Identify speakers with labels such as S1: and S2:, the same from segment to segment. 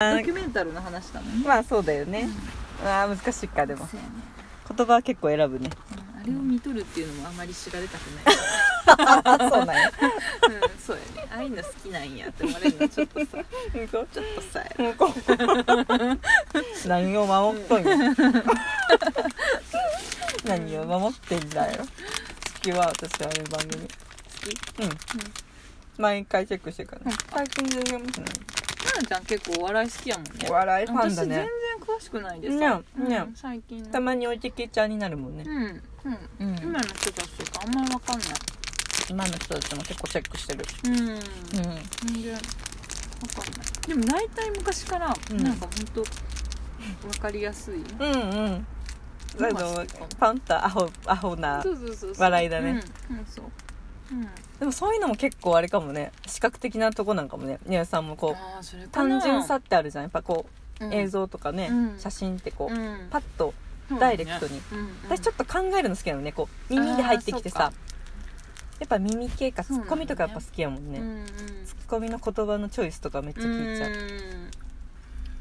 S1: ドキュメンタルの話だもんね
S2: まあそうだよね、うわあ難しいかでも
S1: そうやね
S2: 言葉は結構選ぶね
S1: うんあれを見とるっていうのもあまり知られたくない
S2: あそうなんや
S1: うん そうやねああいうの好きなんやって思われるのちょっとさ
S2: 向こう
S1: ちょっとさ
S2: 向こう 何を守っとんや 何を守ってんだよ好きは私はあの番組
S1: 好き
S2: うん、毎回チェックしてるから、ね最近全然見てない
S1: ななちゃん結構お笑い好きやもんね
S2: お笑いファンだね
S1: 私全然詳しくないです
S2: ねえねえ
S1: うん最近の
S2: たまに置いてけちゃんになるもんね
S1: う、んうん
S2: うん
S1: 今の人たちとかあんまりわかんない
S2: 今の人たちも結構チェックしてる
S1: うん
S2: う
S1: 全
S2: ん
S1: 然わかんないでも大体昔から
S2: うん
S1: なんかほんとわかりやすい
S2: うんうん
S1: 今
S2: あ
S1: は
S2: の
S1: 知ってる
S2: パンタアホアホな
S1: そうそうそうそう
S2: 笑いだね
S1: うんうんそううん
S2: でもそういうのも結構あれかもね視覚的なとこなんかもねニュさんもこう
S1: あーそれかな
S2: 単純さってあるじゃんやっぱこ
S1: う
S2: うん映像とかね、
S1: うん
S2: 写真ってこう、
S1: うん
S2: パッと
S1: そうだ
S2: ダ
S1: ね
S2: イレクトに、
S1: うんうん
S2: 私ちょっと考えるの好きなのねこう耳で入ってきて
S1: あー
S2: さやっぱ耳系かツ
S1: そうなん
S2: ッ
S1: だね
S2: コミとかやっぱ好きやもんね
S1: うんうん
S2: ツッコミの言葉のチョイスとかめっちゃ聞いちゃう、
S1: うん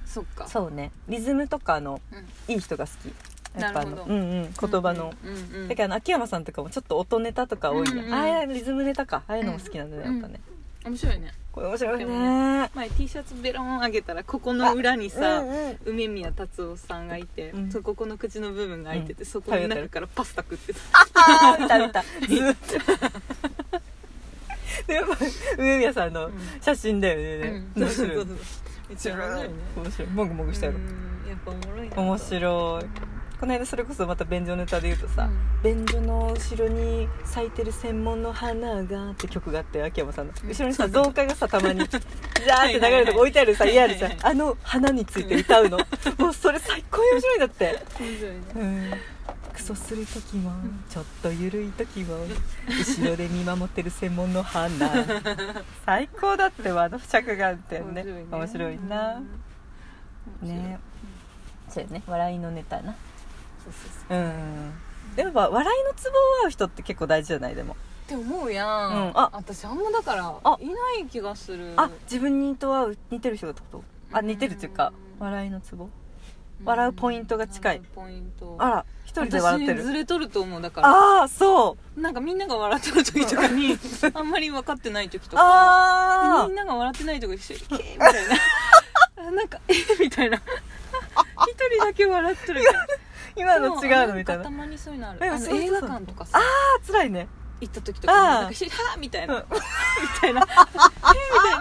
S1: そっか
S2: そうねリズムとかの
S1: うん
S2: いい人が好きやっぱあ
S1: なる
S2: の
S1: ほ
S2: う
S1: ど
S2: んうん言葉の、
S1: うんうんうん
S2: だからあの秋山さんとかもちょっと音ネタとか多いやん、
S1: うんうん
S2: ああいうリズムネタかああいうのも好きなんだね、
S1: うん
S2: やっぱね
S1: 面白いね
S2: これ面白い
S1: でも
S2: ね
S1: 前 T シャツベロン上げたらここの裏にさ、
S2: うんうん
S1: 梅宮達夫さんがいて、
S2: うん
S1: そうここの口の部分が開いてて、そこの中からパスタ食ってた
S2: あー見た見たずーっと でやっぱ上宮さんの写真だよね、面白い
S1: そうそうそうめっちゃ面白いね
S2: 面白いもぐもぐしたやろ、
S1: うんやっぱおもろいな
S2: 面白いこの間それこそまた便所ネタで言うとさ
S1: うん
S2: 「便所の後ろに咲いてる専門の花が」って曲があって秋山さんの
S1: うん
S2: 後ろにさ造花がさ たまにジャーって流れるとこ置いてあるさ
S1: はいはい
S2: 家あるじゃん
S1: はい
S2: あの花について歌うのもうそれ最高に面白いんだって
S1: 面白いね
S2: うんクソする時もちょっとゆるい時も後ろで見守ってる専門の花最高だってわあの着眼点ね面白いな
S1: うん
S2: ねそうよね笑いのネタな
S1: そうそうそう
S2: うんでもやっぱ笑いのツボを合う人って結構大事じゃないでも
S1: って思うやん、
S2: んあ
S1: 私あんまだから
S2: あ
S1: いない気がする
S2: あ自分にと合う似てる人だってことあ
S1: うん
S2: 似てるっていうか笑いのツボ笑うポイントが近い
S1: 笑うポイント
S2: あら一人で笑って
S1: 私ず
S2: る
S1: れとると思うだから
S2: ああそう
S1: なんかみんなが笑ってる時とかにあんまり分かってない時とか
S2: あ
S1: みん
S2: あ
S1: なが笑ってない時一緒に「けー」みたい なあなんか「えみたいな一人だけ笑ってるみたいな
S2: 今の違うのみた
S1: でもんか
S2: いな
S1: たまにそういうのある
S2: え
S1: あ
S2: そ
S1: の
S2: うそうそう
S1: 映画館とかさ
S2: あ辛いね
S1: 行った時とかに
S2: あー
S1: なんか一人で「はーみたいな
S2: うん
S1: 「みた いな「えみたいな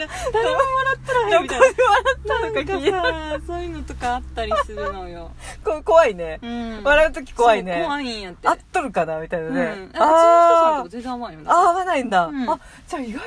S1: 「誰も笑って
S2: ど
S1: ない」
S2: こ
S1: み
S2: で
S1: たい
S2: 笑った
S1: な
S2: の
S1: な
S2: か
S1: ん
S2: 気になる
S1: かさそういうのとかあったりするのよ、
S2: こ怖いね
S1: うん、
S2: 笑う時怖い
S1: そう
S2: ね
S1: 怖いんやって
S2: 合っとるかなみたいな
S1: うん、
S2: ね
S1: あうちの人さん
S2: あ
S1: とか
S2: ー
S1: 全然合わんよね
S2: あ合わないんだ
S1: うん
S2: あじゃあ意外と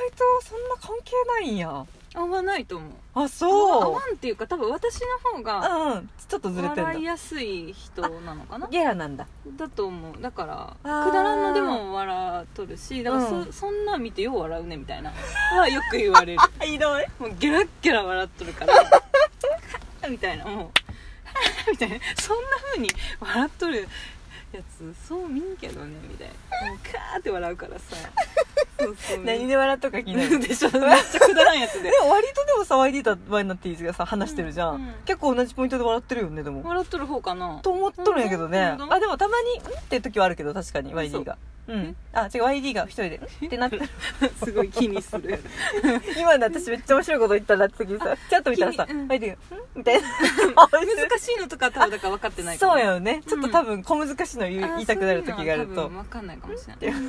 S2: そんな関係ないんや
S1: 合わないと思う
S2: あ
S1: 合
S2: そう
S1: わんっていうか多分私の方が
S2: うんちょっとずれてんだ
S1: 笑いやすい人なのかな
S2: ゲラなんだ
S1: だと思うだから
S2: あー
S1: くだらんのでも笑っとるしだからそ,、
S2: うん
S1: ん、そんなん見てよう笑うねみたいなはよく言われる
S2: ひどい
S1: もうゲラッゲラ笑っとるから みたいなもう みたいなそんな風に笑っとるやつそう見んけどねみたいなもうカーって笑うからさそうそう
S2: 何で笑っとるか気になる
S1: でしょめっちゃくだらんやつ
S2: で
S1: で
S2: も割とでも騒いでた前になっていいですがさ話してるじゃ
S1: うんん
S2: 結構同じポイントで笑ってるよねでも
S1: 笑っとる方かな
S2: と思っとるんやけどね
S1: うんうん
S2: あでもたまに「ん?」って時はあるけど確かに YD がうんあ違う YD が一人で「ん?」ってなってる
S1: すごい気にす る
S2: 今の私めっちゃ面白いこと言ったなって時にさちょっと見たらさ「
S1: 君うん
S2: YD がん?」みたいな顔してる
S1: 難しいのとか多分だから分かってないから
S2: そうやよねちょっと多分小難しいの言,、
S1: あー
S2: 言いたくなる時がある
S1: そういうのは多
S2: と
S1: 分分かんないかもし
S2: で
S1: れない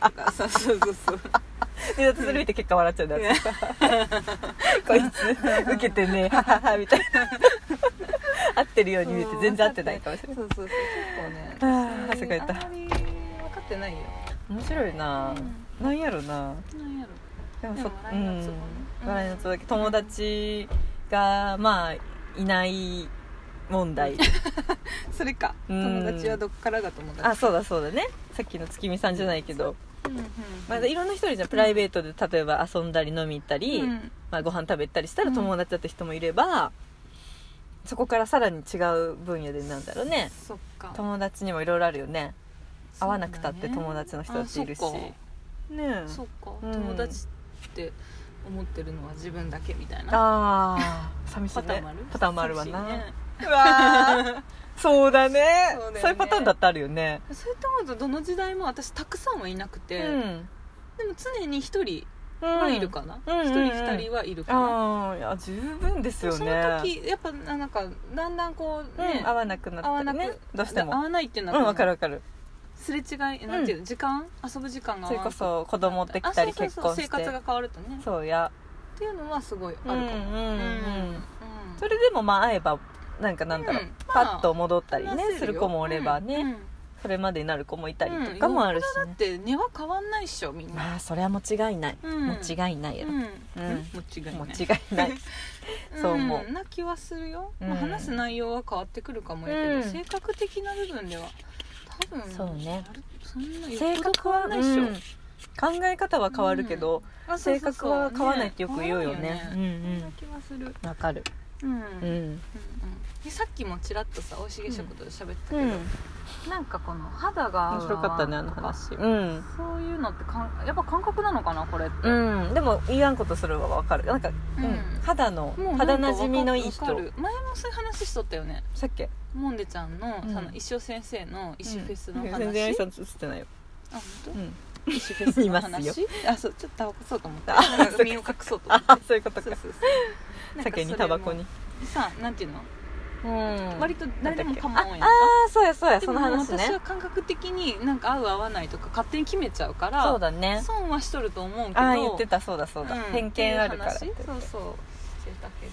S1: なんかそうそうそう そう
S2: で私それ見て結果笑っちゃうんだよこいつ受け てねはははみたいな合ってるように見えて全然合ってないかもしれない
S1: そうそうそう結構ね
S2: あー汗かいた
S1: あんまり分かってないよ
S2: 面白いな、なんやろな
S1: なんやろ
S2: でも
S1: でも笑いのツボね
S2: うん、笑いのツボだけ友達がまあいない問題
S1: それか
S2: うん
S1: 友達はどっからが友達
S2: あそうだそうだねさっきの月見さんじゃないけど、
S1: うんうん
S2: まあ、いろんな人いるじゃんプライベートで例えば遊んだり飲み行ったり、
S1: うん
S2: まあ、ご飯食べたりしたら
S1: うん
S2: 友達だった人もいれば、そこからさらに違う分野でなんだろうね
S1: そっか
S2: 友達にもいろいろあるよね会わなくたって
S1: そうだね
S2: 友達の人だっているし
S1: あそっか
S2: ねえ
S1: そっか
S2: うん
S1: 友達って思ってるのは自分だけみたいな
S2: ああ寂しいね
S1: パターンもある
S2: パターンもあるわな、
S1: 寂しいね
S2: うわーそうだね
S1: そうだよね
S2: いうパターンだってあるよね
S1: そういったものとどの時代も私たくさんはいなく
S2: う
S1: て、
S2: ん
S1: でも常に一人
S2: う
S1: は
S2: ん
S1: いるかな
S2: うんうんうん
S1: 一、人二人はいるかな、
S2: ああいや十分です
S1: でも
S2: よね
S1: その時やっぱななんかだんだんこうね、
S2: うん、合わなくなった
S1: 合わ
S2: り
S1: なく、
S2: ねどうしても
S1: 合わないっていうの
S2: うんわかる
S1: る
S2: わかる
S1: すれ違いなんていうの、時間遊ぶ時間が
S2: そ
S1: 合
S2: れ
S1: わなく
S2: こそ子供できたり
S1: あそう
S2: 結
S1: そうそう
S2: 婚して
S1: 生活が変わるとね
S2: そうや
S1: っていうのはすごいあるかも、
S2: うんうん
S1: う
S2: うんそれでもまあ会えばなんかなんだろう、
S1: うん
S2: パッと戻ったりね
S1: 話せよ
S2: する子もおればね、
S1: うんうん
S2: それまでになる子もいたりとかもあるし、
S1: だ
S2: ね
S1: って根は変わんないっしょみんな、
S2: まあそれは間違いない、
S1: うん
S2: 間違いないやろ、
S1: うん、
S2: うん
S1: も違いない
S2: 間違いないそう思うん
S1: な気はするよ、
S2: うん
S1: まあ、話す内容は変わってくるかもやけど、
S2: うん
S1: 性格的な部分では多分
S2: そうね
S1: あるそんな
S2: 性
S1: 性格
S2: 格は
S1: 変わんないっしょ
S2: うん考え方は変わるけど、性格は変わらないってよく言うよね
S1: 変わらないよ
S2: うんうん
S1: そんな気はする
S2: わかる
S1: うん、
S2: う
S1: うん
S2: ん
S1: でさっきもちらっとさおいしげ食堂で喋ってたけ
S2: う
S1: ど、
S2: ん
S1: なんかこの肌が合う
S2: 面白かったねあの話うん
S1: そういうのってかんやっぱ感覚なのかなこれって、
S2: うん、でも言わんことするはわかるなんか、うん
S1: うん
S2: 肌の
S1: もうなんか
S2: 肌なじみのいい人
S1: わかる前もそういう話しとったよね
S2: さっき
S1: モンデちゃんの,、
S2: うん
S1: その石尾先生の石フェスの
S2: うん
S1: 話、
S2: 全然挨拶してないよ、
S1: あ本当、
S2: うん、
S1: 石フェスの
S2: います
S1: 話あそうちょっとタバコ吸おうと思っ
S2: あ
S1: たなんか身を隠そうと思っ
S2: あそういうこと
S1: た
S2: か
S1: そうそうそう
S2: 酒にタバコに
S1: さなんていうの、
S2: うん
S1: 割と誰でも構わんやん
S2: あ
S1: か
S2: あーそうやそうや
S1: で
S2: そ
S1: も
S2: の話
S1: 私
S2: ね
S1: は感覚的になんか合う合わないとか勝手に決めちゃうから
S2: そうだね
S1: 損はしとると思うけど
S2: ああ言ってたそうだそうだ、
S1: うん
S2: 偏見あるから
S1: っていう話そうそうしてたけど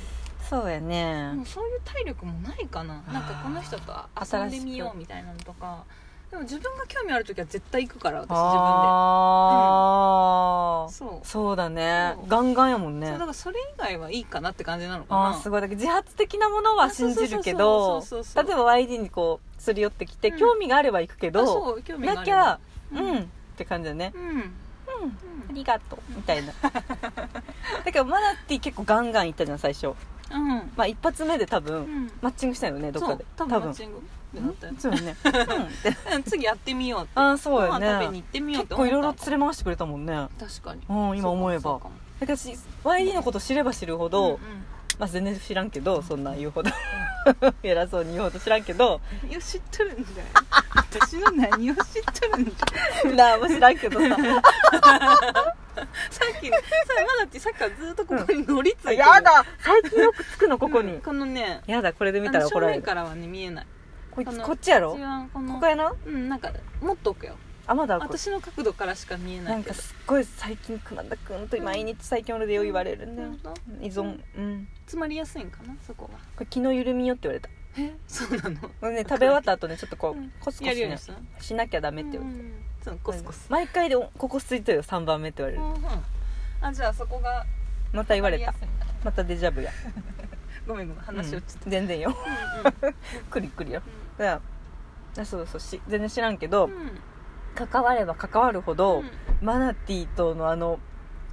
S2: そうやね、
S1: もうそういう体力もないかな
S2: あー
S1: なんかこの人と遊んでみようみたいなのとかでも自分が興味ある時は絶対行くから私自
S2: ああ、
S1: 分でそう
S2: そうだね
S1: そう
S2: ガンガンやもん
S1: そうだ
S2: ね
S1: からそれ以外はいいかなって感じなのか
S2: あ
S1: な
S2: あすごいだけど自発的なものは信じるけ
S1: あ
S2: ど
S1: そうそうそうそうそうそう
S2: 例えば YD にこうすり寄ってきて、
S1: うん
S2: 興味があれば行くけ
S1: あ
S2: ど
S1: そう興味があ
S2: な
S1: る
S2: きゃ
S1: うん
S2: うん、って感じだね
S1: うん
S2: うんあ
S1: うん
S2: りがとうみた いなだからマナティ結構ガンガン行ったじゃん最初
S1: うん
S2: まあ一発目で多分、
S1: うん
S2: マッチングしたよねどっ
S1: そ
S2: か
S1: う
S2: で
S1: 多分マッチングってなったよ
S2: うんそうよね、うん って
S1: うん次やってみようって
S2: ああそう
S1: ご
S2: よ
S1: 飯食べに
S2: ね
S1: 行ってみようって
S2: 結
S1: 思
S2: 構
S1: った
S2: いろいろ連れ回してくれたもんね
S1: 確かに
S2: うん今思えばだからし YD のこと知れば知るほど、
S1: ど
S2: まあ全然知らんけどそんな言うほど 偉そうに言うほど知らんけど
S1: 何を知っとるんだよ私の何を知っとるんだよ
S2: なあも知らん けどさ
S1: さっきさまだってさっきからずっとここに乗りついてる
S2: 最近よくつくのここに、
S1: うんこのね
S2: やだこれで見
S1: あ
S2: た
S1: の
S2: ら怒
S1: 正
S2: られ
S1: 面
S2: る
S1: からはね見えない
S2: こい
S1: あ
S2: つ
S1: の
S2: こっちやろ
S1: 一番この
S2: ここやな
S1: うんなんかもっと奥よ
S2: あまだこ
S1: 私の角度からしか見えない
S2: なん
S1: け
S2: か
S1: ど
S2: すっごい最近熊田君と毎日最近俺でよう言われるんだよ
S1: 本当
S2: 依存うん
S1: 詰まりやすいんかなそこは
S2: これ気の緩みよって言われた
S1: えそうなの
S2: 俺ね食べ終わった後ねちょっとこ
S1: うん
S2: うコスコ
S1: や
S2: ス
S1: るように
S2: ね
S1: した
S2: しなきゃダメって言われ
S1: うんうんそう
S2: た
S1: コスコス
S2: 毎回でおここついてるよ3番目って言われ
S1: う
S2: る
S1: んうんあじゃあそこが
S2: また言われ
S1: や
S2: た
S1: りやすいんだ
S2: またデジャブや
S1: ごめんごめん話をちょっと
S2: 全然よ クリクリよだからあそうそうし全然知らんけど、
S1: うんうんうん
S2: 関われば関わるほど、
S1: うん
S2: マナティーとのあの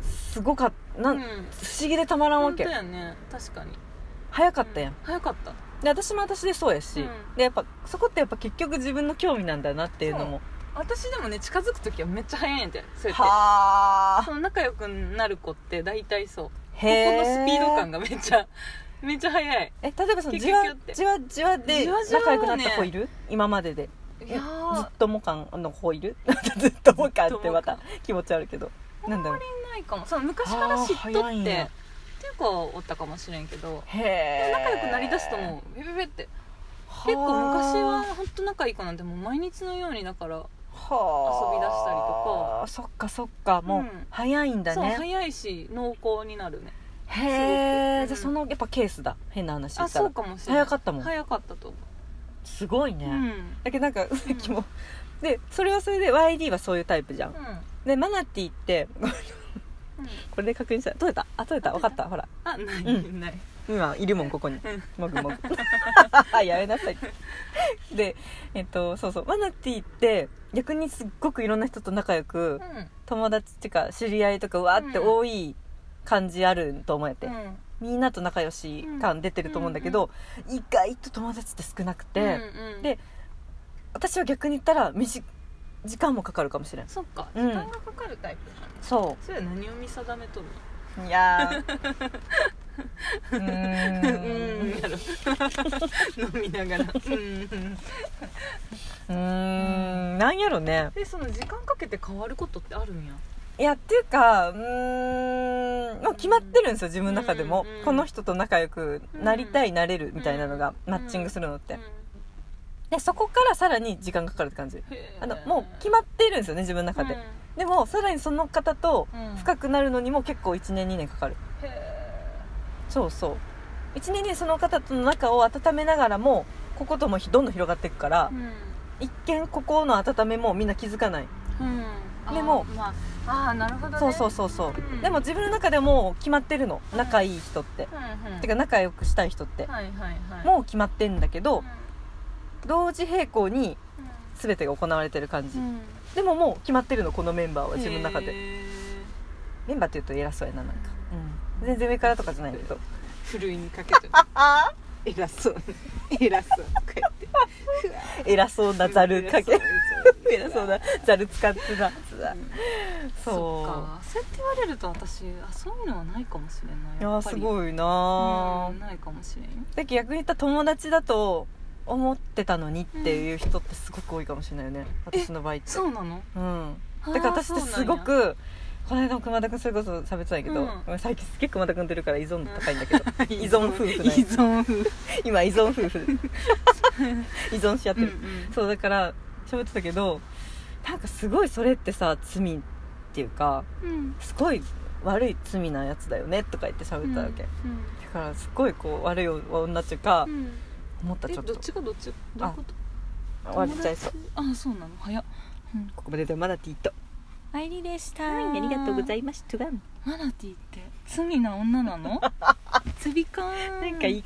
S2: すごかったなん、不
S1: うん
S2: 思議でたまらんわ
S1: 本当
S2: け
S1: やね確かに
S2: 早かったやん、
S1: う早かった
S2: で私も私でそうやし、
S1: うん
S2: でやっぱそこってやっぱ結局自分の興味なんだなっていうのも
S1: 私でもね近づく時はめっちゃ早いんだよそうやって
S2: はあ
S1: その仲良くなる子って大体そうここ
S2: へ
S1: の
S2: え
S1: スピード感
S2: が
S1: がめっちゃ めっちゃ速い
S2: え例えばそ
S1: キ
S2: の
S1: ュ
S2: じ
S1: キュ
S2: わ
S1: キュって
S2: じわじわで
S1: じわじわは
S2: 仲
S1: ね
S2: 良くなった子いる今までで
S1: いや
S2: ずっ
S1: ー
S2: とも感の子いる ずっとも感ってま
S1: ず
S2: た
S1: っ
S2: 気持ち悪いけどなんだろう
S1: ないかもその昔から知っとっ
S2: あー早い
S1: て
S2: んや
S1: っていう子はおったかもしれんけど
S2: へえ
S1: 仲良くなりだすともうペペペって結構昔は本当仲いい子なんてもう毎日のようにだから
S2: は
S1: 遊び出したりと
S2: かそっかそっかもううん早いんだ
S1: そう
S2: ね、
S1: 早いし濃厚になるねすごくう
S2: へえ
S1: ん
S2: じゃあそのやっぱケースだ変な話したら
S1: あそうかもしれない
S2: 早かったもん
S1: 早かったと思
S2: すごいうね、
S1: うん
S2: だけどなんか さっきも、でそれはそれで YD はそういうタイプじゃん、
S1: うん
S2: でマナティって ごめん
S1: うん
S2: これで確認した取れたあ取れた分かったほら
S1: あない
S2: うん
S1: ない
S2: 今いるもんここに
S1: うん
S2: もぐも ぐやめなさいでえっとそうそうマナティって逆にすっごくいろんな人と仲良く
S1: うん
S2: 友達っていうか知り合いとかわーって多い感じあると思えて、
S1: うん
S2: みんなと仲良し感出てると思うんだけど、意外と友達って少なくて、
S1: うんうん
S2: で私は逆に言ったら短時間もかかるかもしれん
S1: そっか
S2: うん
S1: 時間がかかるタイプなの
S2: そ
S1: それは何を見定めとるの
S2: ういや
S1: う
S2: ーうー
S1: ん
S2: ん
S1: やろ飲みながらうん
S2: うーんなんやろね
S1: えその時間かけて変わることってあるんや
S2: いやっていうかうーんもう決まってるんですよ自分の中でも、
S1: うんうん
S2: この人と仲良くなりたい、なれるみたいなのが、
S1: うん
S2: マッチングするのっ
S1: う
S2: て
S1: ん、
S2: でそこからさらに時間かかるって感じ
S1: へー
S2: あのもう決まってるんですよね自分の中で、でもさらにその方と
S1: うん
S2: 深くなるのにも結構1年2年かかる
S1: うんへ
S2: そうそう1年にその方との仲を温めながらもここともひどんどん広がっていくから
S1: ー、
S2: 一見ここの温めもみんな気づかない
S1: うんうん
S2: でも
S1: あーまああーなるほどね
S2: そうそうそうそう、
S1: うん
S2: でも自分の中でもう決まってるの
S1: うん
S2: 仲いい人って、
S1: うんうん
S2: てか仲良くしたい人って、
S1: はいはいはい
S2: もう決まってんだけど
S1: う、
S2: 同時並行に
S1: ん
S2: 全てが行われてる感じ、
S1: うん
S2: でももう決まってるのこのメンバーは自分の中で
S1: へー
S2: メンバーって言うと偉そうやななんか、うん全然上からとかじゃないけど
S1: ふるいにかけて偉そう偉そうこうやって
S2: 偉そうなざるかけ 偉そう
S1: だ
S2: なざる使ってな
S1: そう
S2: そう
S1: かそうやって言われると私あそういうのはないかもしれない
S2: い
S1: や
S2: やー
S1: っぱ
S2: す
S1: り
S2: ごいな
S1: うんないかもしれんよ
S2: だけど逆に言ったら友達だと思ってたのにっていう人ってすごく多いかもしれないよね、
S1: うん
S2: 私の場合って
S1: そうなの
S2: うんだから私ってすごくこの間も熊田君それこそ喋ってたんやけど、
S1: う
S2: 最近すげえ熊田君出るから依存度高いんだけど、
S1: 依
S2: 依存夫婦だよ
S1: 依存夫婦
S2: 今依存夫婦 依存し合ってる、そうだから喋ってたけどなんかすごいそれってさ罪っていうか
S1: うん
S2: すごい悪い罪なやつだよねとか言って喋ったわけ、
S1: うん
S2: だからすごいこう悪い女っていうか、
S1: うん
S2: 思った
S1: え
S2: ちょっと
S1: どっちがどっちどういうこと
S2: 終わっちゃいそう
S1: 友達あそうなの早っうん
S2: ここまででまだティート
S1: アイリでした
S2: はいありがとうござ
S1: い
S2: いました
S1: マナティって罪な女なの罪かー
S2: なんか言い